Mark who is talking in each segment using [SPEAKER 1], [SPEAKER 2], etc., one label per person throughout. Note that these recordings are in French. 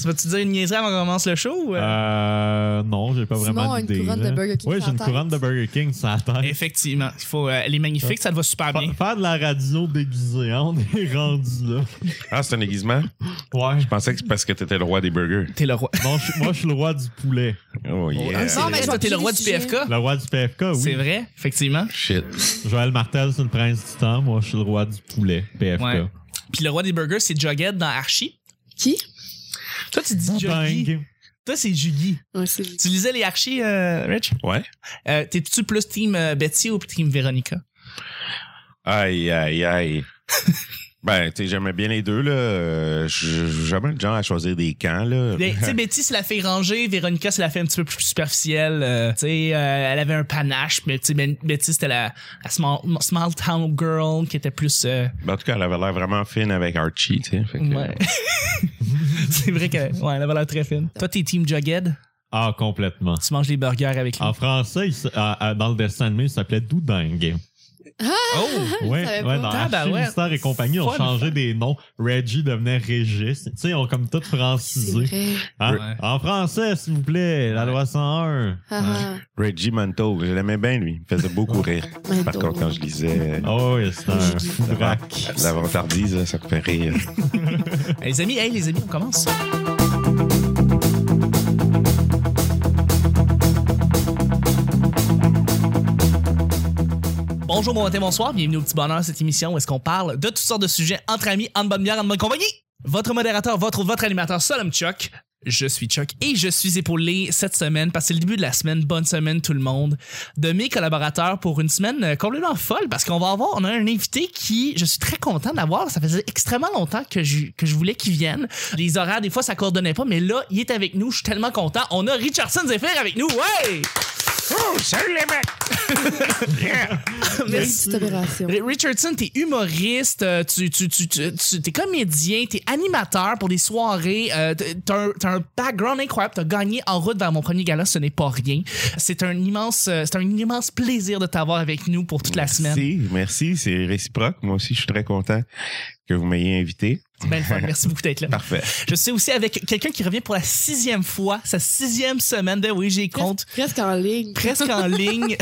[SPEAKER 1] Tu vas-tu dire une niaiserie avant qu'on commence le show? ou, euh?
[SPEAKER 2] Euh, non, j'ai pas
[SPEAKER 3] Simon
[SPEAKER 2] vraiment
[SPEAKER 3] a une
[SPEAKER 2] d'idée.
[SPEAKER 3] couronne
[SPEAKER 2] là.
[SPEAKER 3] de Burger King
[SPEAKER 2] Oui,
[SPEAKER 3] sur
[SPEAKER 2] j'ai une
[SPEAKER 3] la
[SPEAKER 2] couronne de
[SPEAKER 3] tête.
[SPEAKER 2] Burger King sur la tête.
[SPEAKER 1] Effectivement. Il faut, euh, elle est magnifique, ça te va super bien.
[SPEAKER 2] Fa- Faire de la radio déguisée, hein, on est rendu là.
[SPEAKER 4] Ah, c'est un déguisement?
[SPEAKER 2] Ouais.
[SPEAKER 4] Je pensais que c'est parce que t'étais le roi des burgers.
[SPEAKER 1] T'es le roi.
[SPEAKER 2] Non, je- moi, je suis le roi du poulet.
[SPEAKER 4] Oh,
[SPEAKER 1] Ah, C'est
[SPEAKER 4] yeah.
[SPEAKER 3] Non, mais
[SPEAKER 1] vrai, Ben
[SPEAKER 3] je
[SPEAKER 1] toi,
[SPEAKER 3] vais
[SPEAKER 1] t'es le
[SPEAKER 3] piler
[SPEAKER 1] roi
[SPEAKER 3] le
[SPEAKER 1] du
[SPEAKER 3] sujet.
[SPEAKER 1] PFK.
[SPEAKER 2] Le roi du PFK, oui.
[SPEAKER 1] C'est vrai, effectivement.
[SPEAKER 4] Shit.
[SPEAKER 2] Joël Martel, c'est le prince du temps. Moi, je suis le roi du poulet, PFK.
[SPEAKER 1] Ouais. Puis le roi des burgers, c'est Jughead dans Archie.
[SPEAKER 3] Qui?
[SPEAKER 1] Toi, tu dis Juggy.
[SPEAKER 2] Dingue.
[SPEAKER 1] Toi, c'est Juggy.
[SPEAKER 3] Ouais, c'est lui.
[SPEAKER 1] Tu lisais les Archie, euh, Rich?
[SPEAKER 4] Ouais.
[SPEAKER 1] Euh, T'es-tu plus team euh, Betty ou team Véronica?
[SPEAKER 4] Aïe, aïe, aïe. ben, tu sais, j'aimais bien les deux, là. Euh, je- je- J'aimais le genre à choisir des camps, là.
[SPEAKER 1] Ben, tu sais, Betty, c'est la fille rangée. Véronica, c'est la fille un petit peu plus superficielle. euh, tu sais, euh, elle avait un panache. Mais tu sais, Ben- Betty, c'était la, la small, small town girl qui était plus... euh,
[SPEAKER 4] Ben, en tout cas, elle avait l'air vraiment fine avec Archie, tu sais. Fait que-
[SPEAKER 1] ouais. c'est vrai que ouais, elle avait l'air très fine. Toi, t'es team Jughead.
[SPEAKER 2] Ah, complètement.
[SPEAKER 1] Tu manges les burgers avec lui.
[SPEAKER 2] En français, il s- ah, ah, dans le dessin animé, il s'appelait Doudingue.
[SPEAKER 1] Oh!
[SPEAKER 2] Ouais,
[SPEAKER 3] Ah, savais
[SPEAKER 2] ouais,
[SPEAKER 3] pas.
[SPEAKER 2] dans
[SPEAKER 1] Ah, bah
[SPEAKER 2] Archie,
[SPEAKER 1] ouais.
[SPEAKER 2] Mystère et compagnie, ont
[SPEAKER 1] Fun.
[SPEAKER 2] changé des noms. Reggie devenait Régis. Tu sais, ils ont comme tout francisé.
[SPEAKER 3] Vrai.
[SPEAKER 2] Hein?
[SPEAKER 1] Ouais.
[SPEAKER 2] En français, s'il vous plaît, la loi 101.
[SPEAKER 3] Ah,
[SPEAKER 4] Reggie Mantle, je l'aimais bien, lui. Il me faisait beaucoup rire.
[SPEAKER 3] Mantle.
[SPEAKER 4] Par contre, quand je lisais euh,
[SPEAKER 2] Oh, oui, c'est un fou braque.
[SPEAKER 4] La vantardise, là, ça me fait rire.
[SPEAKER 1] Les amis, hey, les amis, on commence. Bonjour, bon matin, bonsoir. Bienvenue au Petit Bonheur, cette émission où est-ce qu'on parle de toutes sortes de sujets entre amis, en bonne bière, en bonne compagnie. Votre modérateur, votre, votre animateur, Solom Chuck. Je suis Chuck et je suis épaulé cette semaine, parce que c'est le début de la semaine, bonne semaine tout le monde, de mes collaborateurs pour une semaine euh, complètement folle parce qu'on va avoir, on a un invité qui, je suis très content d'avoir, ça faisait extrêmement longtemps que je, que je voulais qu'il vienne. Les horaires, des fois, ça coordonnait pas, mais là, il est avec nous, je suis tellement content. On a Richardson Zephyr avec nous, ouais!
[SPEAKER 4] Oh, salut les mecs!
[SPEAKER 3] Quelle petite aberration.
[SPEAKER 1] Ri- Richardson, t'es humoriste, euh, tu, tu, tu, tu- tu- t'es comédien, t'es animateur pour des soirées, euh, t- t'as, un, t'as un background incroyable, t'as gagné en route vers mon premier gala, ce n'est pas rien. C'est un immense, euh, c'est un immense plaisir de t'avoir avec nous pour toute la semaine.
[SPEAKER 4] Merci, merci, c'est réciproque. Moi aussi, je suis très content que vous m'ayez invité.
[SPEAKER 1] C'est bien Ben, le fun. Merci beaucoup d'être là.
[SPEAKER 4] Parfait.
[SPEAKER 1] Je suis aussi avec quelqu'un qui revient pour la sixième fois, sa sixième semaine. Ben oui, j'ai compte.
[SPEAKER 3] Presque en ligne.
[SPEAKER 1] presque en ligne.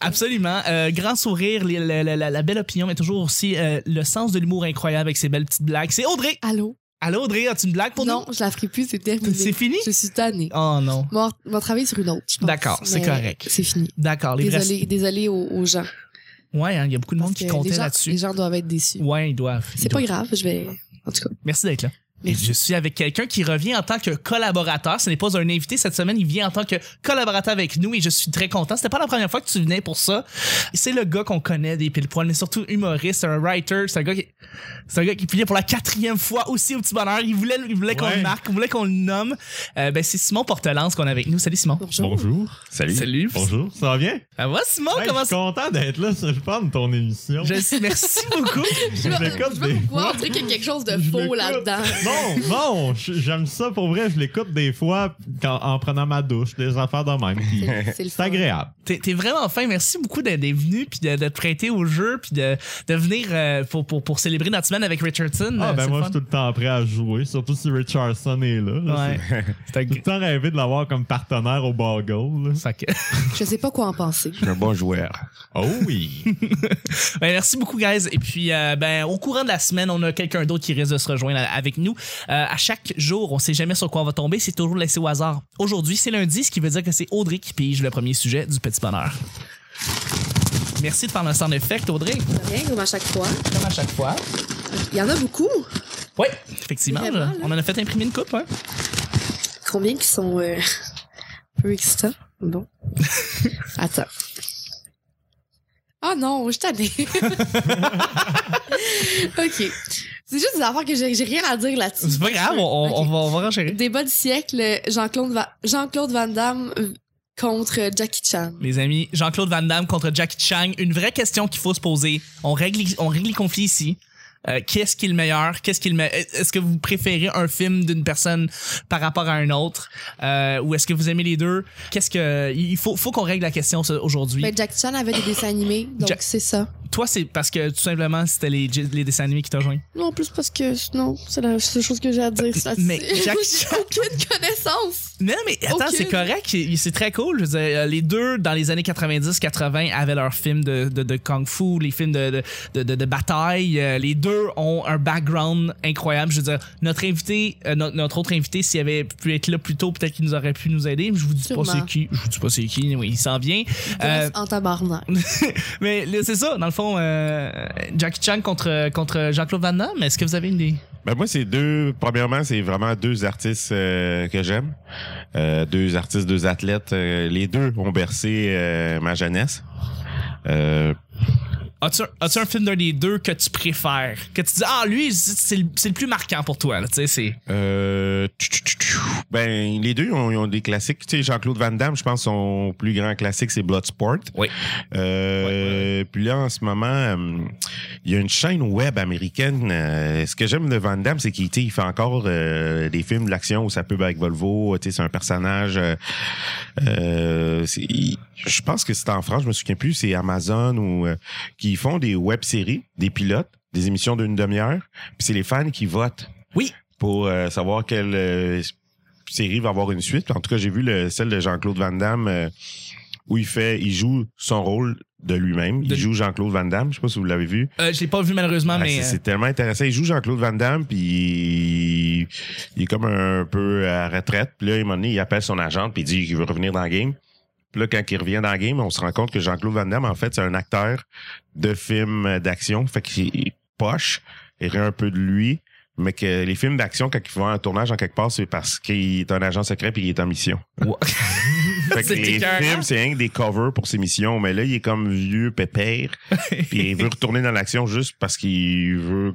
[SPEAKER 1] Absolument. Euh, grand sourire, les- la, la- la- la belle opinion, mais toujours aussi euh, le sens de l'humour incroyable avec ses belles petites blagues. C'est Audrey.
[SPEAKER 3] Allô?
[SPEAKER 1] Allô Audrey, as-tu une blague pour
[SPEAKER 3] non, je la ferai plus, c'est terminé.
[SPEAKER 1] nous? C'est fini?
[SPEAKER 3] Je suis tannée.
[SPEAKER 1] Oh non.
[SPEAKER 3] Mon, mon travail sur une autre, je pense.
[SPEAKER 1] D'accord, c'est
[SPEAKER 3] Mais
[SPEAKER 1] correct.
[SPEAKER 3] C'est fini.
[SPEAKER 1] D'accord, les vrais-
[SPEAKER 3] Désolé, désolé aux, aux gens.
[SPEAKER 1] Ouais, hein, il y a beaucoup de
[SPEAKER 3] Parce
[SPEAKER 1] monde qui
[SPEAKER 3] que
[SPEAKER 1] comptait
[SPEAKER 3] les gens- Les
[SPEAKER 1] là-dessus.
[SPEAKER 3] gens doivent être déçus.
[SPEAKER 1] Ouais, ils doivent. Ils
[SPEAKER 3] C'est pas
[SPEAKER 1] doivent.
[SPEAKER 3] grave, je vais. En tout cas.
[SPEAKER 1] Merci d'être là. Et
[SPEAKER 3] Merci.
[SPEAKER 1] je suis avec quelqu'un qui revient en tant que collaborateur. Ce n'est pas un invité cette semaine, il vient en tant que collaborateur avec nous et je suis très content. C'était pas la première fois que tu venais pour ça. C'est le gars qu'on connaît des pile poils, mais surtout humoriste, c'est un writer, c'est un gars qui, c'est un gars qui vient pour la quatrième fois aussi au petit bonheur. Il voulait, il voulait qu'on
[SPEAKER 2] Ouais.
[SPEAKER 1] le marque, il voulait qu'on le nomme. Euh, ben, c'est Simon Portelance qu'on a avec nous. Salut Simon.
[SPEAKER 3] Bonjour.
[SPEAKER 2] Bonjour.
[SPEAKER 4] Salut.
[SPEAKER 2] Bonjour, ça va bien?
[SPEAKER 1] Ça va
[SPEAKER 3] Oh,
[SPEAKER 1] Simon?
[SPEAKER 2] Hey,
[SPEAKER 1] Comment
[SPEAKER 2] je suis
[SPEAKER 1] ça?
[SPEAKER 2] content d'être là sur le pan de ton émission.
[SPEAKER 1] Je- merci beaucoup.
[SPEAKER 3] Je
[SPEAKER 2] Je l'écoute des
[SPEAKER 3] pouvoir dire qu'il y a quelque chose de
[SPEAKER 2] Je
[SPEAKER 3] faux
[SPEAKER 2] l'écoute.
[SPEAKER 3] là-dedans.
[SPEAKER 2] Non, non, je- j'aime ça pour vrai, je l'écoute des fois quand, en prenant ma douche, des affaires de même. puis
[SPEAKER 3] C'est le
[SPEAKER 2] C'est
[SPEAKER 3] fun.
[SPEAKER 2] agréable.
[SPEAKER 1] T'es t'es vraiment fin. Merci beaucoup d'être d'être venu, puis de, de te prêter au jeu, puis de, de venir euh, pour, pour, pour célébrer notre semaine avec Richardson.
[SPEAKER 2] Ah
[SPEAKER 1] Euh,
[SPEAKER 2] ben
[SPEAKER 1] c'est
[SPEAKER 2] moi
[SPEAKER 1] le
[SPEAKER 2] je suis tout le temps prêt à jouer, surtout si Richardson est là.
[SPEAKER 1] fun.
[SPEAKER 2] là,
[SPEAKER 1] Ouais.
[SPEAKER 2] c'est-
[SPEAKER 1] C'est un-
[SPEAKER 2] J'ai tout le temps rêvé de l'avoir comme partenaire au bar goal, là.
[SPEAKER 1] ça que-
[SPEAKER 3] Je sais pas quoi en penser.
[SPEAKER 4] Je suis un bon joueur.
[SPEAKER 2] Oh oui!
[SPEAKER 1] Ben, merci beaucoup, guys. Et puis, euh, ben, au courant de la semaine, on a quelqu'un d'autre qui risque de se rejoindre à- avec nous. Euh, à chaque jour, on sait jamais sur quoi on va tomber. C'est toujours laissé au hasard. Aujourd'hui, c'est lundi, ce qui veut dire que c'est Audrey qui pige le premier sujet du petit bonheur. Merci de faire le sound effect, Audrey.
[SPEAKER 3] Rien comme à chaque fois.
[SPEAKER 1] Comme à chaque fois.
[SPEAKER 3] Il y en a beaucoup.
[SPEAKER 1] Oui, effectivement.
[SPEAKER 3] Vraiment,
[SPEAKER 1] là.
[SPEAKER 3] là.
[SPEAKER 1] on en a fait imprimer une coupe, hein?
[SPEAKER 3] Combien qui sont euh, un peu excitants? Bon. Attends. Ah non, je t'en OK. C'est juste des affaires que j'ai j'ai rien à dire là-dessus.
[SPEAKER 1] C'est pas grave, on, on-
[SPEAKER 3] Ok.
[SPEAKER 1] on va, on va renchérir.
[SPEAKER 3] Débat du siècle, Jean-Claude Va- Jean-Claude Van Damme euh, contre Jackie Chan.
[SPEAKER 1] Les amis, Jean-Claude Van Damme contre Jackie Chang, une vraie question qu'il faut se poser. On règle, on règle les conflits ici. Euh, qu'est-ce qui est le meilleur? Qu'est-ce qui est le me- Est-ce que vous préférez un film d'une personne par rapport à un autre? Euh, ou est-ce que vous aimez les deux? Qu'est-ce que. Il faut, faut qu'on règle la question ça, aujourd'hui.
[SPEAKER 5] Ben, Jack Chan avait des dessins animés, donc
[SPEAKER 1] Jack-
[SPEAKER 5] c'est ça.
[SPEAKER 1] Toi, c'est parce que tout simplement, c'était les, les dessins animés qui t'ont joint.
[SPEAKER 3] Non, en plus parce que non, c'est la seule chose que j'ai à dire. ça,
[SPEAKER 1] Mais
[SPEAKER 3] c'est-
[SPEAKER 1] Jack
[SPEAKER 5] J'ai aucune connaissance.
[SPEAKER 1] Non, mais attends,
[SPEAKER 5] Aucune.
[SPEAKER 1] c'est correct. c'est- C'est très cool. Je veux dire, euh, les deux, dans les années 90-80, avaient leurs films de, de, de kung-fu, les films de, de, de, de- de bataille. Euh, Les deux ont un background incroyable. Je veux dire, notre invité, euh, notre, notre autre invité, s'il avait pu être là plus tôt, peut-être qu'il nous aurait pu nous aider. Je vous dis
[SPEAKER 5] Sûrement.
[SPEAKER 1] pas c'est qui. Je vous dis pas c'est qui. Oui, il s'en vient. Euh,
[SPEAKER 5] Bref, En tabarnak.
[SPEAKER 1] mais là, c'est ça, dans le fond, euh, Jackie Chan contre, contre Jean-Claude Van Damme. Est-ce que vous avez une idée?
[SPEAKER 4] Ben moi, c'est deux. Premièrement, c'est vraiment deux artistes euh, que j'aime. Euh, deux artistes, deux athlètes. Euh, les deux ont bercé euh, ma jeunesse. Euh,
[SPEAKER 1] As-tu un, as-tu un film d'un des deux que tu préfères? Que tu dis, ah, lui, c'est c'est le, c'est le plus marquant pour toi, là, tu sais, c'est.
[SPEAKER 4] euh, tchou, tchou, tchou, tchou. ben les deux ils ont, ils ont des classiques. Tu sais, Jean-Claude Van Damme, je pense son plus grand classique c'est Bloodsport.
[SPEAKER 1] Oui.
[SPEAKER 4] Euh, Puis là en ce moment, euh, il y a une chaîne web américaine. Euh, ce que j'aime de Van Damme, c'est qu'il tu sais, il fait encore euh, des films d'action où ça pub avec Volvo. Tu sais, c'est un personnage. euh, Euh, c'est- il- je pense que c'est en France, je me souviens plus, c'est Amazon ou euh, qui font des web-séries, des pilotes, des émissions d'une demi-heure, puis c'est les fans qui votent.
[SPEAKER 1] Oui.
[SPEAKER 4] Pour euh, savoir quelle euh, série va avoir une suite. En tout cas, j'ai vu le, celle de Jean-Claude Van Damme euh, où il fait, il joue son rôle de lui-même.
[SPEAKER 1] De-
[SPEAKER 4] Il joue Jean-Claude Van Damme. Je sais pas si vous l'avez vu.
[SPEAKER 1] Euh, je l'ai pas vu malheureusement,
[SPEAKER 4] Ah,
[SPEAKER 1] mais. euh,
[SPEAKER 4] c'est- C'est tellement intéressant. Il joue Jean-Claude Van Damme, puis il, il est comme un peu à la retraite. Puis là, à un moment donné, il appelle son agent, puis il dit qu'il veut revenir dans le game. Puis là, quand il revient dans le game, on se rend compte que Jean-Claude Van Damme, en fait, c'est un acteur de films d'action. Fait qu'il il poche, il rit un peu de lui, mais que les films d'action, quand ils font un tournage en quelque part, c'est parce qu'il est un agent secret puis il est en mission.
[SPEAKER 1] Wow.
[SPEAKER 4] fait que
[SPEAKER 1] C'est
[SPEAKER 4] les
[SPEAKER 1] écœurant.
[SPEAKER 4] films, c'est rien que des covers pour ses missions, mais là, il est comme vieux pépère, puis il veut retourner dans l'action juste parce qu'il veut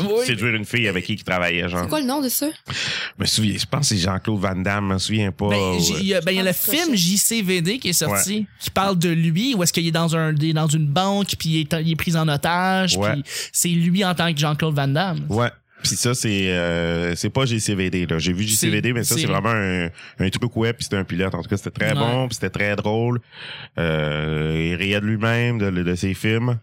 [SPEAKER 1] euh, Oui.
[SPEAKER 4] séduire une fille avec qui il travaillait, genre.
[SPEAKER 5] C'est quoi le nom de ça?
[SPEAKER 4] Je me souviens, je pense que c'est Jean-Claude Van Damme, je me souviens pas.
[SPEAKER 1] Ben, j'ai- il y a, ben, il y a le
[SPEAKER 5] Je pense que
[SPEAKER 1] film
[SPEAKER 5] c'est-
[SPEAKER 1] JCVD qui est sorti, qui parle de lui, où est-ce qu'il est dans un, il est dans une banque, puis il est, il est pris en otage,
[SPEAKER 4] Ouais.
[SPEAKER 1] puis c'est lui en tant que Jean-Claude Van Damme.
[SPEAKER 4] Ouais. Puis ça, c'est euh, c'est pas JCVD. là. J'ai vu JCVD, mais ça,
[SPEAKER 1] c'est-
[SPEAKER 4] c'est vraiment un, un truc web. Puis c'était un pilote. En tout cas, c'était très
[SPEAKER 1] Ouais.
[SPEAKER 4] bon. Puis c'était très drôle. Euh, il riait de lui-même, de, de ses films.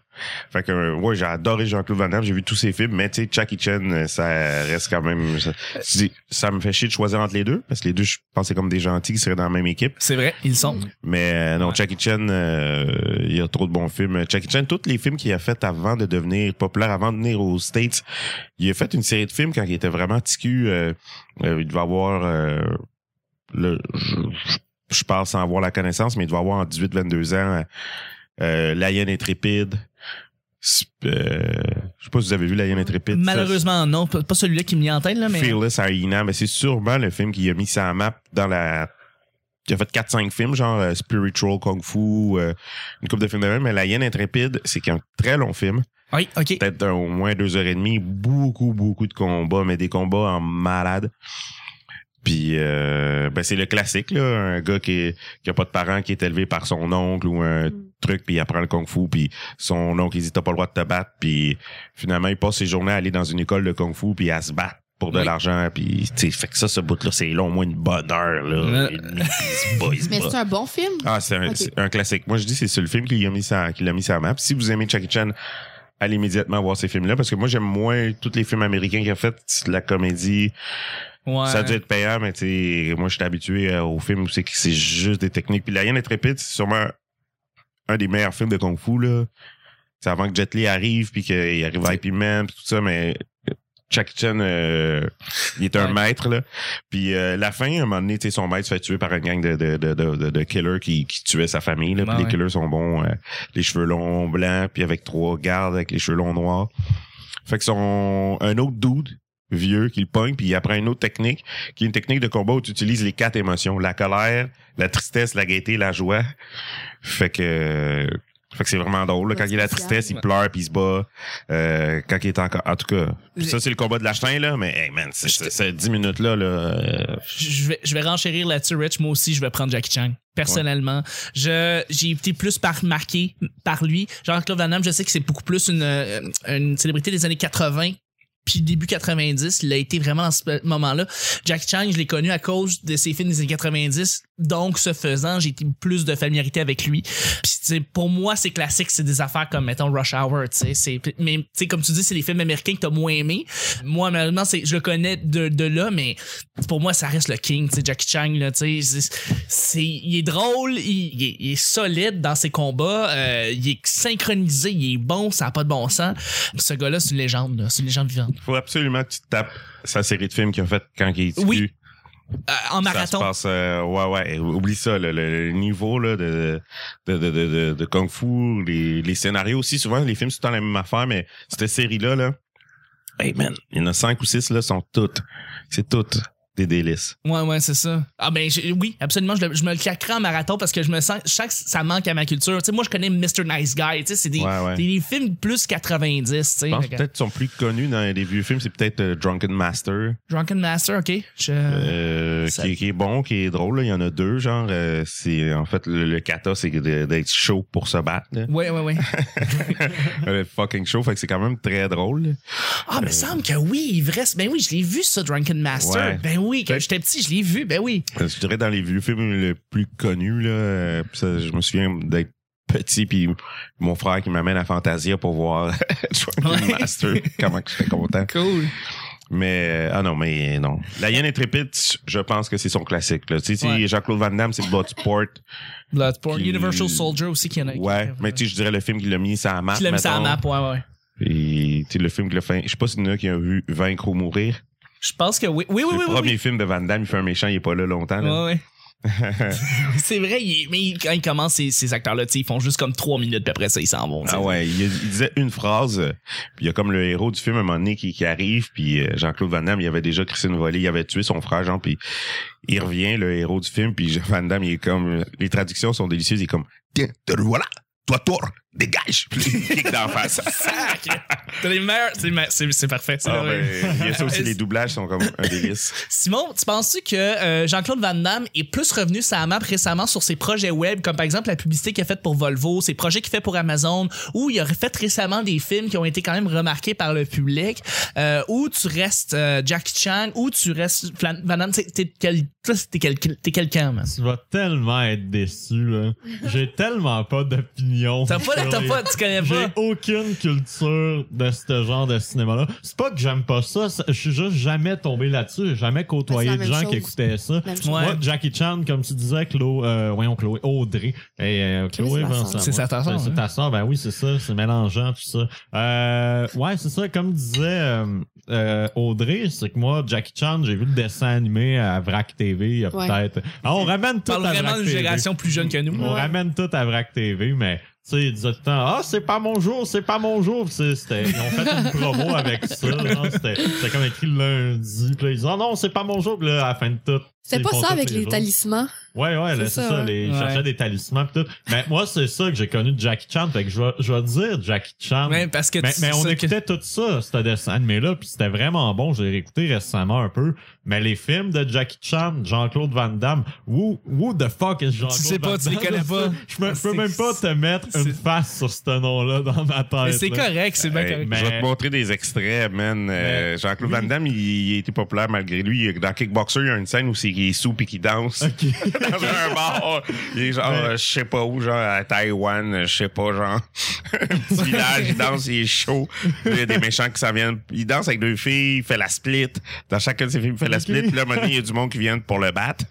[SPEAKER 4] Fait que, euh, ouais, j'ai adoré Jean-Claude Van Damme. J'ai vu tous ses films. Mais tu sais, Jackie Chan, euh, ça reste quand même... Ça, tu dis, ça me fait chier de choisir entre les deux. Parce que les deux, je pense, que c'est comme des gentils qui seraient dans la même équipe.
[SPEAKER 1] C'est vrai, ils sont.
[SPEAKER 4] Mais euh, non,
[SPEAKER 1] Ouais.
[SPEAKER 4] Jackie Chan, euh, il y a trop de bons films. Jackie Chan, tous les films qu'il a fait avant de devenir populaire, avant de venir aux States, il a fait une série de films quand il était vraiment ticu. euh, euh, il devait avoir, euh, le, je, je- je parle sans avoir la connaissance, mais il devait avoir en 18-22 ans, euh, Lion Intrépide. Sp- euh, je sais pas si vous avez vu Lion Intrépide. Ça,
[SPEAKER 1] Malheureusement, non, pas pas celui-là qui me vient en tête, là, mais.
[SPEAKER 4] Fearless Arena, mais c'est sûrement le film qui a mis sa map dans la. Il a fait 4-5 films, genre euh, Spiritual Kung Fu, euh, une coupe de films de même, mais La Hyène Intrépide, c'est un très long film.
[SPEAKER 1] Oui, ok.
[SPEAKER 4] Peut-être un- au moins deux heures et demie, beaucoup, beaucoup de combats, mais des combats en malade. Puis, euh, ben c'est le classique, là, un gars qui, est- qui a pas de parents, qui est élevé par son oncle ou un
[SPEAKER 1] Mm.
[SPEAKER 4] truc, puis il apprend le kung fu, puis son oncle il dit t'as pas le droit de te battre, puis finalement il passe ses journées à aller dans une école de kung fu, puis à se battre pour de
[SPEAKER 1] Oui.
[SPEAKER 4] l'argent, puis tu sais, fait que ça, ce bout-là, c'est long, au moins une bonne heure, là.
[SPEAKER 1] Euh.
[SPEAKER 4] Et demie, puis il se bat, il se
[SPEAKER 5] Mais
[SPEAKER 4] bat.
[SPEAKER 5] c'est un bon film.
[SPEAKER 4] Ah, c'est un,
[SPEAKER 5] Ok.
[SPEAKER 4] c'est un classique. Moi, je dis c'est sur le film qu'il a mis sa, qu'il a mis sa map. Si vous aimez Jackie Chan, allez immédiatement voir ces films-là parce que moi, j'aime moins tous les films américains qu'il a fait. C'est de La comédie,
[SPEAKER 1] Ouais.
[SPEAKER 4] ça doit être payant, mais tu sais, moi, je suis habitué euh, aux films où c'est que c'est juste des techniques. Puis La Hyène Intrépide, c'est sûrement un des meilleurs films de Kung Fu, là. C'est avant que Jet Li arrive, puis qu'il arrive à Happy Man, puis tout ça, mais Jackie Chan, euh, il est un
[SPEAKER 1] Ouais.
[SPEAKER 4] maître, là. Puis euh, la fin, à un moment donné, tu sais, son maître se fait tuer par une gang de, de, de, de, de- de killers qui, qui tuaient sa famille. Là,
[SPEAKER 1] Ouais,
[SPEAKER 4] puis les
[SPEAKER 1] ouais.
[SPEAKER 4] killers sont bons, euh, les cheveux longs, blancs, puis avec trois gardes avec les cheveux longs noirs. Fait que son un autre dude vieux qui le pogne, puis il apprend une autre technique, qui est une technique de combat où tu utilises les quatre émotions. La colère, la tristesse, la gaieté, la joie. Fait que euh, Fait que c'est vraiment drôle. là. Quand il a la tristesse, il pleure puis il se bat. Euh, quand il est encore. En tout cas. Puis ça, c'est le combat de la chaîne, là. Mais hey man, c'est- c'est- ces 10 minutes-là, là. euh,
[SPEAKER 1] je vais, je vais renchérir là-dessus, Rich. Moi aussi, je vais prendre Jackie Chan. Personnellement, je j'ai été plus par marqué par lui. Jean-Claude Van Damme, je sais que c'est beaucoup plus une, euh, une célébrité des années 80 puis début 90. Il a été vraiment dans ce moment-là. Jackie Chan, je l'ai connu à cause de ses films des années 90. Donc, ce faisant, j'ai été plus de familiarité avec lui. Puis, tu sais, pour moi, c'est classique. C'est des affaires comme, mettons, Rush Hour, tu sais. c'est- Mais, tu sais, comme tu dis, c'est les films américains que t'as moins aimé. Moi, malheureusement, c'est, je le connais de, de là, mais pour moi, ça reste le king, tu sais, Jackie Chang, là, tu sais. c'est- c'est- Il est drôle, il, il est, il est solide dans ses combats, euh, il est synchronisé, il est bon, ça n'a pas de bon sens. Ce gars-là, c'est une légende, là, c'est une légende vivante.
[SPEAKER 4] faut absolument que tu te tapes sa série de films qu'il a fait quand il est
[SPEAKER 1] Oui,
[SPEAKER 4] dessus.
[SPEAKER 1] Euh, en
[SPEAKER 4] Ça se
[SPEAKER 1] marathon,
[SPEAKER 4] passe, euh, ouais, ouais. Oublie ça, le, le- le niveau là, de, de, de, de, de- de Kung Fu, les, les scénarios aussi. Souvent, les films, c'est tout le temps la même affaire, mais cette série-là, là, hey man, il y en a cinq ou six, là, sont toutes. C'est toutes des délices.
[SPEAKER 1] Ouais, ouais, c'est ça. Ah ben j'ai- oui, absolument, je, le- je me le claquerai en marathon parce que je me sens, je sens que ça manque à ma culture. Tu sais, moi, je connais Mr. Nice Guy, tu sais, c'est des,
[SPEAKER 4] Ouais, ouais.
[SPEAKER 1] des films plus 90, tu sais.
[SPEAKER 4] Je pense
[SPEAKER 1] Fait que-
[SPEAKER 4] peut-être qu'ils sont plus connus dans les vieux films, c'est peut-être euh, Drunken Master,
[SPEAKER 1] Drunken Master, ok. Je-
[SPEAKER 4] euh,
[SPEAKER 1] ça-
[SPEAKER 4] qui, qui est bon, qui est drôle. là. Il y en a deux, genre, euh, c'est en fait le, le kata, c'est de- d'être chaud pour se battre. là.
[SPEAKER 1] Ouais, ouais, ouais.
[SPEAKER 4] le fucking chaud, fait que c'est quand même très drôle. là.
[SPEAKER 1] Ah, mais semble que oui, vrai. Ben oui, je l'ai vu, ça, Drunken Master.
[SPEAKER 4] Ouais.
[SPEAKER 1] Ben oui, quand j'étais petit, je l'ai vu. Ben oui.
[SPEAKER 4] Euh, Je dirais dans les vieux films le plus connu, là, euh, pis ça, je me souviens d'être petit, puis mon frère qui m'amène à Fantasia pour voir Drunken
[SPEAKER 1] Ouais.
[SPEAKER 4] Master, comment que j'étais content.
[SPEAKER 1] Cool.
[SPEAKER 4] Mais, euh, ah non, mais non. La Hyène Intrépide, je pense que c'est son classique. Là. Tu sais,
[SPEAKER 1] Ouais.
[SPEAKER 4] si Jean-Claude Van Damme, c'est Bloodsport.
[SPEAKER 1] Bloodborne.
[SPEAKER 4] Puis-
[SPEAKER 1] Universal Soldier aussi, qui en a. euh,
[SPEAKER 4] ouais, mais tu sais, je dirais le film qui l'a mis sur la map.
[SPEAKER 1] Qui l'a mis sur la map,
[SPEAKER 4] mettons.
[SPEAKER 1] ouais, ouais.
[SPEAKER 4] Et, tu sais, le film qui l'a fait, je sais pas s'il y en a qui a vu Vaincre ou Mourir.
[SPEAKER 1] Je pense que oui. Oui, oui,
[SPEAKER 4] le
[SPEAKER 1] oui. oui,
[SPEAKER 4] premier film de Van Damme, il fait un méchant, il est pas là longtemps.
[SPEAKER 1] oui.
[SPEAKER 4] Là.
[SPEAKER 1] Ouais, ouais. c'est vrai, il- mais il- quand ils commencent, ces, ces acteurs-là, tu sais, ils font juste comme trois minutes, puis après ça, ils s'en vont. tu sais.
[SPEAKER 4] Ah ouais, il, il disait une phrase, euh, puis il y a comme le héros du film à un moment donné qui, qui arrive, puis euh, Jean-Claude Van Damme, il avait déjà crissé une volée, il avait tué son frère Jean, puis il revient, le héros du film, puis Jean- Van Damme, il est comme... Les traductions sont délicieuses, il est comme « Tiens, te le voilà, toi tour, dégage! » Puis il kick d'en face.
[SPEAKER 1] Sac! T'as les meilleurs. c'est ma- C'est c'est parfait. c'est
[SPEAKER 4] Ah,
[SPEAKER 1] vrai.
[SPEAKER 4] ben, il y a ça aussi, les doublages sont comme un délice.
[SPEAKER 1] Simon, tu penses-tu que euh, Jean-Claude Van Damme est plus revenu sur la map récemment sur ses projets web, comme par exemple la publicité qu'il a faite pour Volvo, ses projets qu'il fait pour Amazon, ou il a fait récemment des films qui ont été quand même remarqués par le public, euh, ou tu restes euh, Jackie Chan, ou tu restes Flan- Van Damme, t'es t'es quel- toi, t'es quel- t'es quelqu'un, man.
[SPEAKER 2] Tu vas tellement être déçu, là. J'ai tellement pas d'opinion.
[SPEAKER 1] T'as pas,
[SPEAKER 2] sur
[SPEAKER 1] t'as
[SPEAKER 2] les-
[SPEAKER 1] pas, tu connais
[SPEAKER 2] J'ai
[SPEAKER 1] pas.
[SPEAKER 2] aucune culture de ce genre de cinéma-là. C'est pas que j'aime pas ça, ça- je suis juste jamais tombé là-dessus. J'ai jamais côtoyé
[SPEAKER 5] C'est la
[SPEAKER 2] de
[SPEAKER 5] même
[SPEAKER 2] gens
[SPEAKER 5] chose.
[SPEAKER 2] qui écoutaient ça.
[SPEAKER 5] Même chose.
[SPEAKER 1] Ouais.
[SPEAKER 2] Moi, Jackie Chan, comme tu disais, Chloé, euh, voyons, Chloé, Audrey. Et, euh, Chloé
[SPEAKER 5] c'est ma
[SPEAKER 2] Vincent.
[SPEAKER 5] sœur.
[SPEAKER 1] C'est sa- ta sœur,
[SPEAKER 2] C'est
[SPEAKER 1] hein?
[SPEAKER 2] ta sœur, ben oui, c'est ça, c'est mélangeant, tout ça. Euh, ouais, c'est ça, comme disait euh, euh, Audrey, c'est que moi, Jackie Chan, j'ai vu le dessin animé à Vrac TV, il y a
[SPEAKER 5] Ouais.
[SPEAKER 2] peut-être. Ah, on ramène tout
[SPEAKER 1] Parle
[SPEAKER 2] à
[SPEAKER 1] vraiment
[SPEAKER 2] Vrac
[SPEAKER 1] d'une
[SPEAKER 2] TV.
[SPEAKER 1] génération plus jeune que nous. hein.
[SPEAKER 2] On ramène tout à Vrac TV, mais tu sais, ils disaient tout le temps Ah, c'est pas mon jour, c'est pas mon jour. Puis c'est- c'était- ils ont fait une promo avec ça. genre, C'était c'était comme écrit lundi. Puis là, ils disaient Ah non, c'est pas mon jour. Puis là, à la fin de tout.
[SPEAKER 5] C'est
[SPEAKER 2] ils
[SPEAKER 5] pas
[SPEAKER 2] font
[SPEAKER 5] ça
[SPEAKER 2] tous
[SPEAKER 5] avec les
[SPEAKER 2] jours.
[SPEAKER 5] talismans.
[SPEAKER 2] Ouais, ouais, là,
[SPEAKER 5] C'est
[SPEAKER 2] c'est
[SPEAKER 5] ça,
[SPEAKER 2] ça.
[SPEAKER 5] hein.
[SPEAKER 2] les, Ils
[SPEAKER 1] Ouais.
[SPEAKER 2] cherchaient des talismans. Pis tout. Mais moi, c'est ça que j'ai connu de Jackie Chan. Fait que je vais, je vais dire Jackie Chan.
[SPEAKER 1] Ouais, parce que
[SPEAKER 2] Mais,
[SPEAKER 1] tu-
[SPEAKER 2] mais on
[SPEAKER 1] ça que-
[SPEAKER 2] écoutait tout ça, ce dessin animé-là, puis c'était vraiment bon. J'ai réécouté récemment un peu. Mais les films de Jackie Chan, Jean-Claude Van Damme, who, who the fuck is Jean-Claude
[SPEAKER 1] sais pas,
[SPEAKER 2] Van
[SPEAKER 1] tu les
[SPEAKER 2] Damme?
[SPEAKER 1] connais pas.
[SPEAKER 2] Je peux, je peux
[SPEAKER 1] C'est-
[SPEAKER 2] même pas te mettre
[SPEAKER 1] c'est-
[SPEAKER 2] une face sur ce nom-là dans ma tête.
[SPEAKER 1] Mais c'est
[SPEAKER 2] là.
[SPEAKER 1] correct, c'est bien
[SPEAKER 4] Hey,
[SPEAKER 1] correct.
[SPEAKER 2] mais-
[SPEAKER 4] Je vais te montrer des extraits, man. Euh, Jean-Claude Van Damme, il, il a été populaire malgré lui. Il- Dans Kickboxer, il y a une scène où c'est qu'il est sous et qu'il danse.
[SPEAKER 2] Ok.
[SPEAKER 4] dans un bar. Il est genre,
[SPEAKER 2] Mais-
[SPEAKER 4] euh, je sais pas où, genre à Taïwan, euh, je sais pas, genre, un petit village, il danse, il est chaud. Il y a des méchants qui s'en viennent. Il danse avec deux filles, il fait la split. Dans chacun de ses films, il fait la
[SPEAKER 2] Ok.
[SPEAKER 4] split. Là, maintenant, il y a du monde qui vient pour le battre,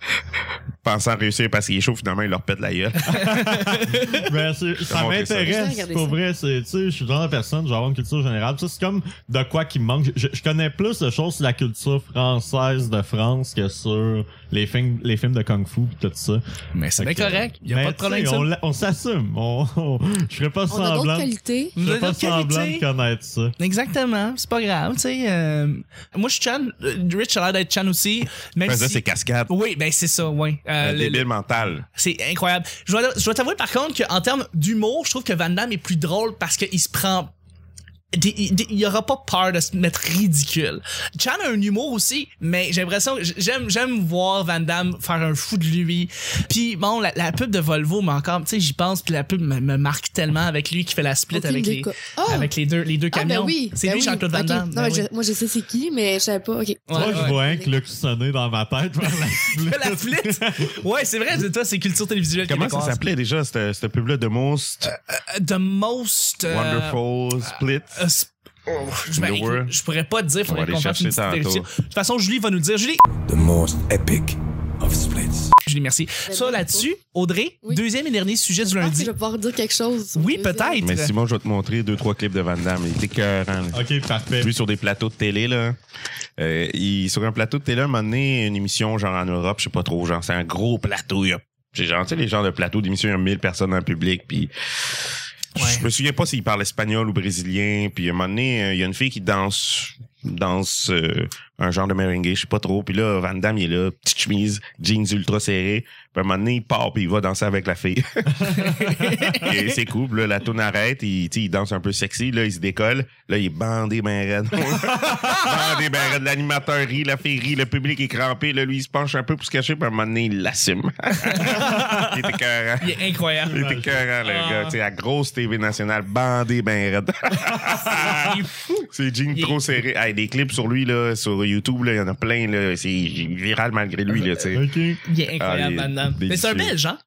[SPEAKER 4] pensant réussir parce qu'il est chaud, finalement, il leur pète la gueule.
[SPEAKER 2] Mais Ben, c'est- ça
[SPEAKER 4] Comment que ça?
[SPEAKER 5] Je
[SPEAKER 2] m'intéresse,
[SPEAKER 5] vais regarder
[SPEAKER 2] pour
[SPEAKER 5] ça.
[SPEAKER 2] vrai. c'est- Tu sais, je suis le genre de personne, je vais avoir une culture générale. Ça, c'est comme de quoi qui me manque. Je, je connais plus de choses sur la culture française de France que sur les films, les films de Kung Fu et tout ça.
[SPEAKER 1] Mais c'est bien
[SPEAKER 2] Fait que-
[SPEAKER 1] correct, y a
[SPEAKER 2] Mais
[SPEAKER 1] pas de problème
[SPEAKER 2] tu
[SPEAKER 1] avec
[SPEAKER 2] sais,
[SPEAKER 1] ça.
[SPEAKER 2] On, l'a- on s'assume. On, on- je ferais pas
[SPEAKER 5] On a d'autres
[SPEAKER 2] semblant.
[SPEAKER 5] qualités.
[SPEAKER 2] Je
[SPEAKER 1] On a
[SPEAKER 2] ferais pas
[SPEAKER 1] d'autres
[SPEAKER 2] semblant de
[SPEAKER 1] qualités.
[SPEAKER 2] connaître ça.
[SPEAKER 1] Exactement, c'est pas grave, tu sais. euh, moi, je suis Chan. Euh, Rich a l'air d'être Chan aussi. Même
[SPEAKER 4] Il faisait
[SPEAKER 1] si-
[SPEAKER 4] ses cascades.
[SPEAKER 1] Oui, ben c'est ça, oui. Euh,
[SPEAKER 4] Un
[SPEAKER 1] le-
[SPEAKER 4] débile mental.
[SPEAKER 1] C'est incroyable. Je dois, je dois t'avouer par contre qu'en termes d'humour, je trouve que Van Damme est plus drôle parce qu'il se prend. des- il- des- Il y aura pas peur de se mettre ridicule. Chan a un humour aussi, mais j'ai l'impression que j- j'aime j'aime voir Van Damme faire un fou de lui. Puis bon, la, la pub de Volvo, mais encore, tu sais, j'y pense, puis la pub me, me marque tellement avec lui qui fait la split
[SPEAKER 5] Aucune
[SPEAKER 1] avec
[SPEAKER 5] idée
[SPEAKER 1] les
[SPEAKER 5] de quoi. Ah!
[SPEAKER 1] avec les deux les deux
[SPEAKER 5] Ah, ben
[SPEAKER 1] camions.
[SPEAKER 5] oui.
[SPEAKER 1] C'est
[SPEAKER 5] ben
[SPEAKER 1] lui
[SPEAKER 5] oui.
[SPEAKER 1] Jean-Claude Van
[SPEAKER 5] Ok.
[SPEAKER 1] Damme.
[SPEAKER 5] Non,
[SPEAKER 1] ben
[SPEAKER 5] mais
[SPEAKER 1] oui.
[SPEAKER 5] je- moi, je sais c'est qui, mais je savais pas. OK.
[SPEAKER 1] Ouais,
[SPEAKER 2] Moi,
[SPEAKER 1] ouais.
[SPEAKER 2] je vois un que Luc sonner dans ma tête vers la flûte.
[SPEAKER 1] La flûte. Ouais, c'est vrai, toi, c'est culture télévisuelle
[SPEAKER 4] Comment ça
[SPEAKER 1] québécoise.
[SPEAKER 4] s'appelait déjà, ce ce pub-là de Most
[SPEAKER 1] Euh, The Most... euh,
[SPEAKER 4] Wonderful Split?
[SPEAKER 1] Euh, c'est- oh, je, ben,
[SPEAKER 4] The
[SPEAKER 1] écoute,
[SPEAKER 4] World.
[SPEAKER 1] je pourrais pas te dire, faudrait
[SPEAKER 4] aller
[SPEAKER 1] qu'on fasse une
[SPEAKER 4] chercher
[SPEAKER 1] petite
[SPEAKER 4] tantôt.
[SPEAKER 1] vérification. De toute façon, Julie va nous le dire. Julie,
[SPEAKER 6] the most epic of splits.
[SPEAKER 1] Julie, merci. Ça là-dessus, Audrey,
[SPEAKER 5] Ben, Oui.
[SPEAKER 1] deuxième et dernier sujet du
[SPEAKER 5] Je pense que je
[SPEAKER 1] lundi.
[SPEAKER 5] vais pouvoir dire quelque chose.
[SPEAKER 1] Oui,
[SPEAKER 5] Je-
[SPEAKER 1] peut-être.
[SPEAKER 4] Mais Simon, je vais te montrer deux, trois clips de Van Damme. Il était écœurant. là.
[SPEAKER 2] Ok, parfait.
[SPEAKER 4] Lui, sur des plateaux de télé, là. Euh, il, sur un plateau de télé, à un moment donné, une émission, genre en Europe, je sais pas trop, genre, c'est un gros plateau. Il y a, c'est genre, tu sais, les genres de plateaux d'émission, il y a 1000 personnes en public, puis je me souviens pas s'il parle espagnol ou brésilien, puis à un moment donné, euh, il y a une fille qui danse danse euh, un genre de merengue, je sais pas trop, puis là, Van Damme, il est là, petite chemise, jeans ultra serrés, puis à un moment donné, il part, puis il va danser avec la fille. Et c'est cool, puis là, la tourne arrête, il, tu sais, il danse un peu sexy, là, il se décolle, là, il est bandé ben raide. bandé ben raide, l'animateur rit, la fille rit, le public est crampé, là, lui, il se penche un peu pour se cacher, puis à un moment donné, il l'assume. il était écœurant.
[SPEAKER 1] Il est incroyable.
[SPEAKER 4] Il était écœurant, le
[SPEAKER 1] Ah.
[SPEAKER 4] gars. Tu sais, la grosse TV nationale, bandé ben raide.
[SPEAKER 1] Il est fou.
[SPEAKER 4] C'est jeans
[SPEAKER 1] Il-
[SPEAKER 4] trop serré. Hey, des clips sur lui, là, sur YouTube, là, il y en a plein, là. C'est viral malgré lui, là, tu sais.
[SPEAKER 2] Ok.
[SPEAKER 1] Il est
[SPEAKER 4] Ah,
[SPEAKER 1] incroyable,
[SPEAKER 4] il est
[SPEAKER 1] Van Damme. Mais c'est un
[SPEAKER 4] délicieux.
[SPEAKER 1] belge, hein?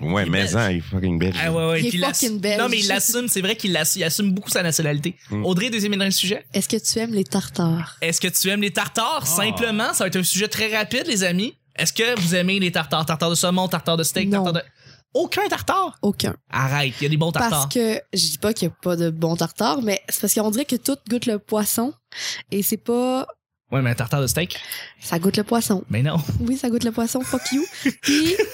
[SPEAKER 4] Ouais,
[SPEAKER 1] Il est
[SPEAKER 4] mais
[SPEAKER 1] belge.
[SPEAKER 4] hein, il est fucking belge.
[SPEAKER 1] Ah ouais, ouais.
[SPEAKER 5] Il est
[SPEAKER 1] puis l'assu-
[SPEAKER 5] fucking belge.
[SPEAKER 1] Non, mais il l'assume, c'est vrai qu'il l'assume, il assume beaucoup sa nationalité.
[SPEAKER 4] Mm.
[SPEAKER 1] Audrey, deuxième et dernier sujet.
[SPEAKER 5] Est-ce que tu aimes les tartares?
[SPEAKER 1] Est-ce que tu aimes les
[SPEAKER 4] Ah.
[SPEAKER 1] tartares? Simplement, ça va être un sujet très rapide, les amis. Est-ce que vous aimez les tartares? Tartare de saumon, tartare de steak,
[SPEAKER 5] Non.
[SPEAKER 1] tartare de. Aucun tartare!
[SPEAKER 5] Aucun.
[SPEAKER 1] Arrête, il y a des bons tartares.
[SPEAKER 5] Parce que je dis pas qu'il y a pas de bon tartare, mais c'est parce qu'on dirait que tout goûte le poisson et c'est pas
[SPEAKER 1] Ouais, mais un tartare de steak?
[SPEAKER 5] ça goûte le poisson.
[SPEAKER 1] Mais non.
[SPEAKER 5] Oui, ça goûte le poisson, fuck you. Puis
[SPEAKER 1] Mais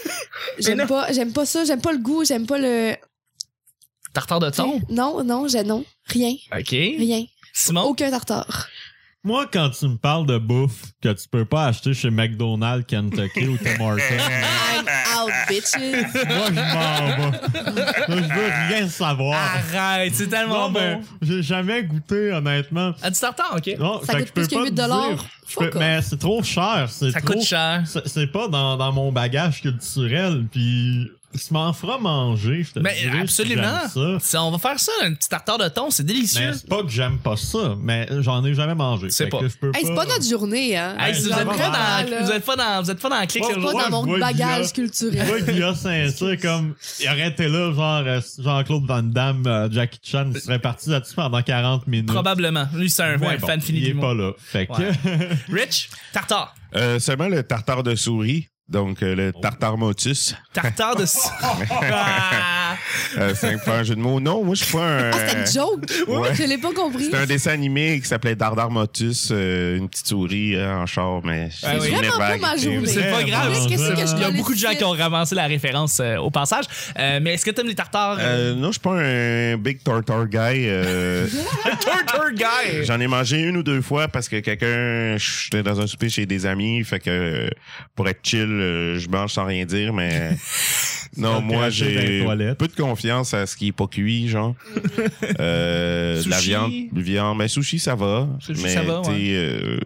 [SPEAKER 5] j'aime
[SPEAKER 1] non.
[SPEAKER 5] pas j'aime pas ça, j'aime pas le goût, j'aime pas le
[SPEAKER 1] Tartare de thon?
[SPEAKER 5] Non, non, j'ai non, rien,
[SPEAKER 1] OK.
[SPEAKER 5] rien,
[SPEAKER 1] Simon?
[SPEAKER 5] aucun tartare.
[SPEAKER 2] Moi, quand tu me parles de bouffe que tu peux pas acheter chez McDonald's, Kentucky ou Tim Hortons,
[SPEAKER 1] Ah, ben.
[SPEAKER 5] I'm out bitches.
[SPEAKER 2] moi, je m'en vais. Moi, je veux rien savoir.
[SPEAKER 1] Ah, Arrête, c'est tellement
[SPEAKER 2] Non, mais
[SPEAKER 1] bon.
[SPEAKER 2] j'ai jamais goûté, honnêtement.
[SPEAKER 1] Ah, du tartare, OK.
[SPEAKER 2] Non,
[SPEAKER 5] Ça
[SPEAKER 2] fait
[SPEAKER 5] coûte
[SPEAKER 2] je peux
[SPEAKER 5] plus que
[SPEAKER 2] pas te
[SPEAKER 5] 8 dollars.
[SPEAKER 2] dire. Je
[SPEAKER 5] Fuck
[SPEAKER 2] peux-
[SPEAKER 5] off.
[SPEAKER 2] Mais c'est trop cher. C'est
[SPEAKER 1] Ça
[SPEAKER 2] trop
[SPEAKER 1] coûte cher.
[SPEAKER 2] C'est c'est pas dans, dans mon bagage culturel, puis je m'en fera manger. Je te
[SPEAKER 1] Mais
[SPEAKER 2] dirais si
[SPEAKER 1] absolument.
[SPEAKER 2] j'aime ça.
[SPEAKER 1] Ça, on va faire ça, un petit tartare de thon, c'est
[SPEAKER 2] Mais
[SPEAKER 1] délicieux.
[SPEAKER 2] c'est pas que j'aime pas ça, mais j'en ai jamais mangé.
[SPEAKER 1] C'est
[SPEAKER 2] Fait
[SPEAKER 1] pas-
[SPEAKER 2] que je peux
[SPEAKER 5] Hey, c'est pas notre journée hein.
[SPEAKER 1] Hey,
[SPEAKER 2] Ouais,
[SPEAKER 1] si vous,
[SPEAKER 2] ça
[SPEAKER 1] êtes
[SPEAKER 2] va
[SPEAKER 1] pas
[SPEAKER 5] mal, là.
[SPEAKER 1] dans, vous êtes pas dans, vous êtes pas dans clic le
[SPEAKER 2] Ouais,
[SPEAKER 5] pas
[SPEAKER 1] jour.
[SPEAKER 2] ouais.
[SPEAKER 5] dans
[SPEAKER 2] je
[SPEAKER 5] mon
[SPEAKER 2] vois
[SPEAKER 5] bagage
[SPEAKER 2] Je
[SPEAKER 5] culturel.
[SPEAKER 2] vois Guilla Saint-Cyr comme. Il aurait été là, genre euh, Jean-Claude Van Damme, euh, Jackie Chan, il serait parti là-dessus pendant 40 minutes.
[SPEAKER 1] Probablement. Lui, c'est un
[SPEAKER 2] Mais
[SPEAKER 1] ouais,
[SPEAKER 2] bon,
[SPEAKER 1] fan fini
[SPEAKER 2] Il
[SPEAKER 1] du
[SPEAKER 2] est pas
[SPEAKER 1] monde.
[SPEAKER 2] là. Fait que.
[SPEAKER 1] Rich, tartare.
[SPEAKER 4] Euh, seulement le tartare de souris. Donc, euh, le tartare motus.
[SPEAKER 1] Tartare de... Ah!
[SPEAKER 4] Euh, c'est un peu un jeu de mots. Non, moi, je suis pas un.
[SPEAKER 5] Ah, c'était une joke.
[SPEAKER 4] Ouais.
[SPEAKER 5] Je l'ai pas compris.
[SPEAKER 4] C'est un dessin animé qui s'appelait Dardar Motus, euh, une petite souris euh, en char, mais c'est
[SPEAKER 1] Ah oui.
[SPEAKER 5] Vraiment pas ma journée.
[SPEAKER 1] C'est pas
[SPEAKER 2] Vraiment,
[SPEAKER 1] grave.
[SPEAKER 5] Qu'est-ce que c'est que je
[SPEAKER 1] Il y a
[SPEAKER 5] connais
[SPEAKER 1] beaucoup de gens
[SPEAKER 5] ici?
[SPEAKER 1] qui ont ramassé la référence euh, au passage. Euh, mais est-ce que t'aimes les tartares?
[SPEAKER 4] Euh, non, je suis pas un big tartar guy. euh,
[SPEAKER 1] Tartare guy!
[SPEAKER 4] J'en ai mangé une ou deux fois parce que quelqu'un, j'étais dans un souper chez des amis, fait que euh, pour être chill, euh, je mange sans rien dire, mais non,
[SPEAKER 2] Ça te
[SPEAKER 4] moi
[SPEAKER 2] reste dans les
[SPEAKER 4] j'ai
[SPEAKER 2] toilettes.
[SPEAKER 4] peu de confiance à ce qui est pas cuit, genre. Euh, de la
[SPEAKER 1] Sushi.
[SPEAKER 4] viande, viande, mais sushi ça va,
[SPEAKER 1] Sushi,
[SPEAKER 4] mais
[SPEAKER 1] ça va,
[SPEAKER 4] t'sais,
[SPEAKER 1] ouais.
[SPEAKER 4] euh,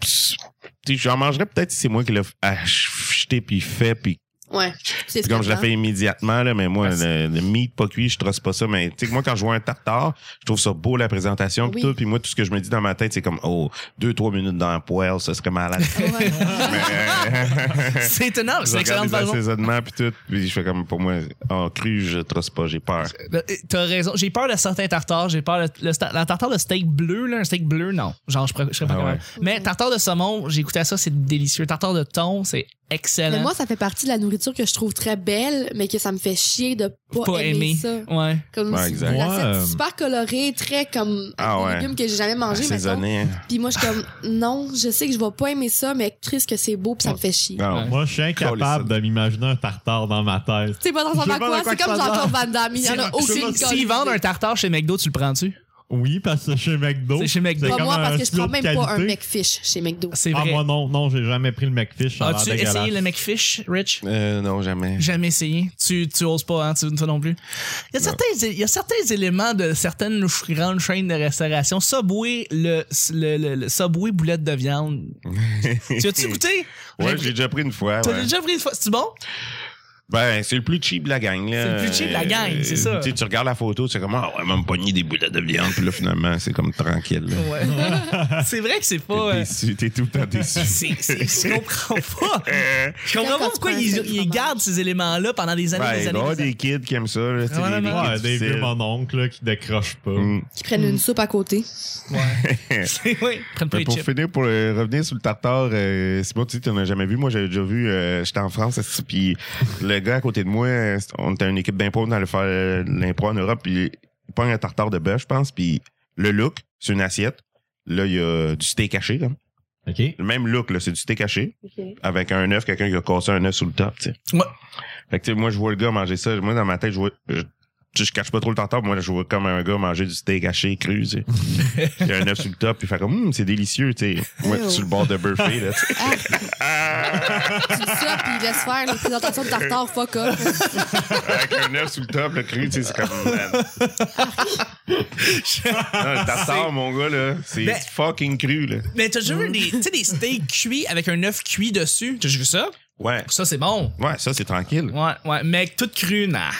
[SPEAKER 4] pss, t'sais, j'en mangerais peut-être si c'est moi qui l'ai ach- jeté puis fait puis
[SPEAKER 5] Ouais. C'est
[SPEAKER 4] c'est comme je la fais immédiatement, là, mais moi,
[SPEAKER 1] Parce-
[SPEAKER 4] le, le meat pas cuit, je trosse pas ça. Mais tu sais, que moi, quand je vois un tartare, je trouve ça beau, la présentation, pis
[SPEAKER 5] Oui.
[SPEAKER 4] tout. Puis moi, tout ce que je me dis dans ma tête, c'est comme, oh, deux, trois minutes dans un poêle, ça serait malade.
[SPEAKER 5] Ouais.
[SPEAKER 4] mais, euh,
[SPEAKER 1] C'est étonnant,
[SPEAKER 4] je
[SPEAKER 1] c'est une
[SPEAKER 4] regarde
[SPEAKER 1] excellente
[SPEAKER 4] les
[SPEAKER 1] façon.
[SPEAKER 4] assaisonnements, puis tout. Puis je fais comme, pour moi, en cru, je trosse pas, j'ai peur.
[SPEAKER 1] Euh, T'as raison. J'ai peur de certains tartares. J'ai peur de le sta- la tartare de steak bleu, là, un steak bleu, non. Genre, je, pourrais- je serais pas
[SPEAKER 4] Ah
[SPEAKER 1] capable.
[SPEAKER 4] ouais.
[SPEAKER 1] Mais tartare de saumon, j'ai écouté à ça, c'est délicieux. Tartare de thon, c'est excellent.
[SPEAKER 5] Mais moi, ça fait partie de la nourriture que je trouve très belle, mais que ça me fait chier de pas,
[SPEAKER 1] pas
[SPEAKER 5] aimer,
[SPEAKER 1] aimé.
[SPEAKER 5] ça.
[SPEAKER 1] Ouais.
[SPEAKER 5] Comme
[SPEAKER 4] Ouais,
[SPEAKER 5] si-
[SPEAKER 4] exact.
[SPEAKER 5] une
[SPEAKER 2] Moi,
[SPEAKER 5] assiette
[SPEAKER 2] euh,
[SPEAKER 5] super colorée, très comme
[SPEAKER 4] Ah
[SPEAKER 5] avec des
[SPEAKER 4] ouais.
[SPEAKER 5] légumes que j'ai jamais mangé mettons.
[SPEAKER 4] Assaisonné.
[SPEAKER 5] Puis moi, je suis comme non, je sais que je vais pas aimer ça, mais Chris que c'est beau, puis ça me fait chier.
[SPEAKER 4] Non.
[SPEAKER 2] Moi, je suis incapable
[SPEAKER 4] Colissime.
[SPEAKER 2] de m'imaginer un tartare dans ma tête.
[SPEAKER 5] Tu sais pas dans
[SPEAKER 2] Je sais
[SPEAKER 5] son
[SPEAKER 2] pas dans
[SPEAKER 5] quoi,
[SPEAKER 2] quoi
[SPEAKER 5] c'est
[SPEAKER 2] que
[SPEAKER 5] comme
[SPEAKER 2] ça
[SPEAKER 5] Jean-Claude Van Damme, il y en
[SPEAKER 1] S'ils
[SPEAKER 5] a aucune
[SPEAKER 1] s'ils vendent un tartare chez McDo, tu le prends-tu?
[SPEAKER 2] Oui, parce que c'est chez McDo.
[SPEAKER 1] C'est chez McDo.
[SPEAKER 2] C'est
[SPEAKER 5] Pas
[SPEAKER 2] comme
[SPEAKER 5] moi,
[SPEAKER 2] un
[SPEAKER 5] parce que je
[SPEAKER 2] slow
[SPEAKER 5] prends
[SPEAKER 2] de
[SPEAKER 5] même pas un
[SPEAKER 2] qualité.
[SPEAKER 5] McFish chez McDo.
[SPEAKER 1] C'est
[SPEAKER 2] Ah,
[SPEAKER 1] vrai.
[SPEAKER 2] moi, non, non, j'ai jamais pris le McFish. ça a
[SPEAKER 1] As-tu
[SPEAKER 2] l'air
[SPEAKER 1] essayé le
[SPEAKER 2] dégueulasse.
[SPEAKER 1] McFish, Rich?
[SPEAKER 4] Euh, non, jamais.
[SPEAKER 1] Jamais essayé. Tu, tu oses pas, hein? Tu, toi non plus. Il y, a certains, il y a certains éléments de certaines ch- grandes chaînes de restauration. Subway, le, le, le- le Subway boulette de viande. tu as-tu goûté?
[SPEAKER 4] Ouais,
[SPEAKER 1] J'ai-
[SPEAKER 4] j'ai déjà pris une fois.
[SPEAKER 1] T'as
[SPEAKER 4] ouais.
[SPEAKER 1] déjà pris une fois. C'est bon?
[SPEAKER 4] Ben, c'est le plus cheap de la gang. là.
[SPEAKER 1] C'est le plus cheap de la gang,
[SPEAKER 4] Euh,
[SPEAKER 1] c'est ça.
[SPEAKER 4] Tu sais, tu regardes la photo, c'est comme, ah ouais, même pogné des boulettes de viande, puis là, finalement, c'est comme tranquille. là.
[SPEAKER 1] Ouais. c'est vrai que c'est
[SPEAKER 4] T'es
[SPEAKER 1] pas. euh,
[SPEAKER 4] déçu, t'es tout le temps déçu.
[SPEAKER 1] c'est- c'est- Je comprends pas. Je comprends
[SPEAKER 5] Quand
[SPEAKER 1] pas
[SPEAKER 5] tu
[SPEAKER 1] pourquoi
[SPEAKER 5] prends un
[SPEAKER 1] ils,
[SPEAKER 5] seul
[SPEAKER 1] ils
[SPEAKER 5] fromage.
[SPEAKER 1] gardent ces éléments-là pendant des années.
[SPEAKER 4] Ouais,
[SPEAKER 1] des
[SPEAKER 4] il
[SPEAKER 1] années,
[SPEAKER 4] doit y avoir
[SPEAKER 1] des années.
[SPEAKER 4] des kids qui aiment ça, là, tu sais,
[SPEAKER 1] Ouais,
[SPEAKER 4] des- des,
[SPEAKER 1] ouais,
[SPEAKER 2] Ouais,
[SPEAKER 4] kids
[SPEAKER 2] des vieux
[SPEAKER 4] difficiles.
[SPEAKER 2] mononcles là, qui décrochent pas.
[SPEAKER 4] Mm.
[SPEAKER 5] Qui prennent une soupe à côté.
[SPEAKER 1] C'est- ouais. Prennent pas
[SPEAKER 4] Mais
[SPEAKER 1] les
[SPEAKER 4] pour
[SPEAKER 1] chips.
[SPEAKER 4] finir, pour euh, revenir sur le tartare, euh, c'est pas tu n'en as jamais vu. Moi, j'avais déjà vu, euh, j'étais en France, esti, puis le gars à côté de moi, euh, on était une équipe d'impro dans le faire euh, de l'impro en Europe, puis il prend un tartare de bœuf, je pense, puis le look, c'est une assiette. Là, il y a du steak haché, là.
[SPEAKER 2] OK.
[SPEAKER 4] Le même look, là, c'est du steak haché.
[SPEAKER 3] Ok.
[SPEAKER 4] avec un œuf, quelqu'un qui a cassé un œuf sous le top, tu sais.
[SPEAKER 1] Ouais.
[SPEAKER 4] Fait que, tu sais, moi, je vois le gars manger ça. Moi, dans ma tête, je vois. Je, tu sais, je cache pas trop le tartare, mais moi, je vois comme un gars manger du steak haché cru, tu sais. Il y a un œuf sous le top, puis il fait comme, Hum, c'est délicieux, tu sais. Moi,
[SPEAKER 5] Ew.
[SPEAKER 4] sur le bord de buffet, là, tu sais.
[SPEAKER 5] Ah. tu dis ça, puis il laisse faire les présentations de tartare, fuck off.
[SPEAKER 4] Avec un œuf sous le top, le cru, tu sais, c'est comme. man. Non, le tartare, mon gars, là, c'est
[SPEAKER 1] Ben-
[SPEAKER 4] fucking cru, là.
[SPEAKER 1] Mais t'as déjà vu des, tu sais, des steaks cuits avec un œuf cuit dessus? T'as déjà vu ça?
[SPEAKER 4] Ouais.
[SPEAKER 1] Ça, c'est bon.
[SPEAKER 4] Ouais, ça, c'est tranquille.
[SPEAKER 1] Ouais, ouais. Mais toute crue, nah.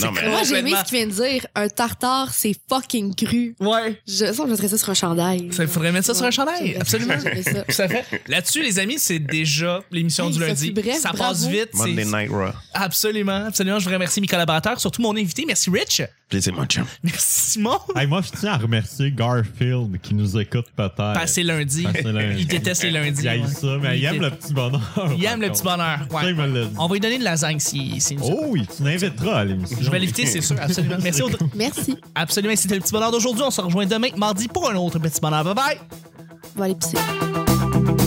[SPEAKER 4] Non, mais.
[SPEAKER 5] Moi, j'ai aimé
[SPEAKER 1] Complètement.
[SPEAKER 5] ce qu'il vient de dire. Un tartare, c'est fucking cru.
[SPEAKER 1] Ouais.
[SPEAKER 5] Je sens que je mettrais ça sur un chandail.
[SPEAKER 1] Ça, faudrait mettre ça sur un chandail.
[SPEAKER 5] J'aimerais ça,
[SPEAKER 1] Absolument.
[SPEAKER 5] j'aimerais ça.
[SPEAKER 1] Tout à fait. Là-dessus, les amis, c'est déjà l'émission
[SPEAKER 5] Hey,
[SPEAKER 1] du
[SPEAKER 5] ça
[SPEAKER 1] lundi.
[SPEAKER 5] fut bref,
[SPEAKER 1] ça passe
[SPEAKER 5] bravo.
[SPEAKER 1] vite. c'est-
[SPEAKER 4] Monday Night Raw.
[SPEAKER 1] Absolument, absolument. Je voudrais remercier mes collaborateurs, surtout mon invité. Merci Rich.
[SPEAKER 4] Puis c'est mon chum.
[SPEAKER 1] Merci Simon.
[SPEAKER 2] Hey, moi, je tiens à remercier Garfield qui nous écoute peut-être.
[SPEAKER 1] Passer lundi.
[SPEAKER 2] Passer lundi.
[SPEAKER 1] Il déteste les lundis.
[SPEAKER 2] Il aime ça, mais il aime le petit bonheur.
[SPEAKER 1] Il aime le petit bonheur.
[SPEAKER 2] Ça,
[SPEAKER 1] Ouais.
[SPEAKER 2] il me l'a dit.
[SPEAKER 1] On va lui donner de la zingue si, si
[SPEAKER 2] Oh, oui, tu l'inviteras à l'émission.
[SPEAKER 1] Je vais l'éviter, c'est sûr, absolument. Merci Audrey.
[SPEAKER 5] Merci.
[SPEAKER 1] Absolument, c'était le petit bonheur d'aujourd'hui. On se rejoint demain, mardi, pour un autre petit bonheur. Bye bye!
[SPEAKER 5] On va aller pisser.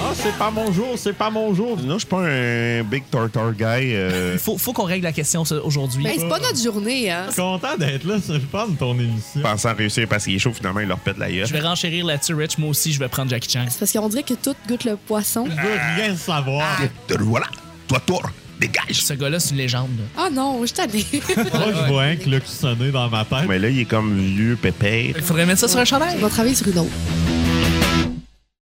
[SPEAKER 2] Ah, c'est pas mon jour, c'est pas mon jour.
[SPEAKER 4] Non, je suis pas un big tartare guy. euh,
[SPEAKER 1] Faut, faut qu'on règle la question ça, aujourd'hui.
[SPEAKER 5] Hey, Ben, c'est pas notre journée, hein.
[SPEAKER 2] Content d'être là, c'est le fun de ton émission.
[SPEAKER 4] pensant réussir parce qu'il est chaud, finalement, il leur pète la gueule.
[SPEAKER 1] Je vais renchérir là-dessus, Rich. Moi aussi, je vais prendre Jackie Chan.
[SPEAKER 5] C'est parce qu'on dirait que tout goûte le poisson.
[SPEAKER 2] Je veux rien savoir.
[SPEAKER 1] Ah,
[SPEAKER 4] Te le voilà, toi, toi, dégage!
[SPEAKER 1] Ce gars-là, c'est une légende. là.
[SPEAKER 5] Ah non, je t'en ai.
[SPEAKER 2] Moi, je vois un cluck sonner dans ma tête.
[SPEAKER 4] Mais là, il est comme vieux pépère.
[SPEAKER 1] Il faudrait mettre ça sur un chandail.
[SPEAKER 5] On va travailler sur une autre.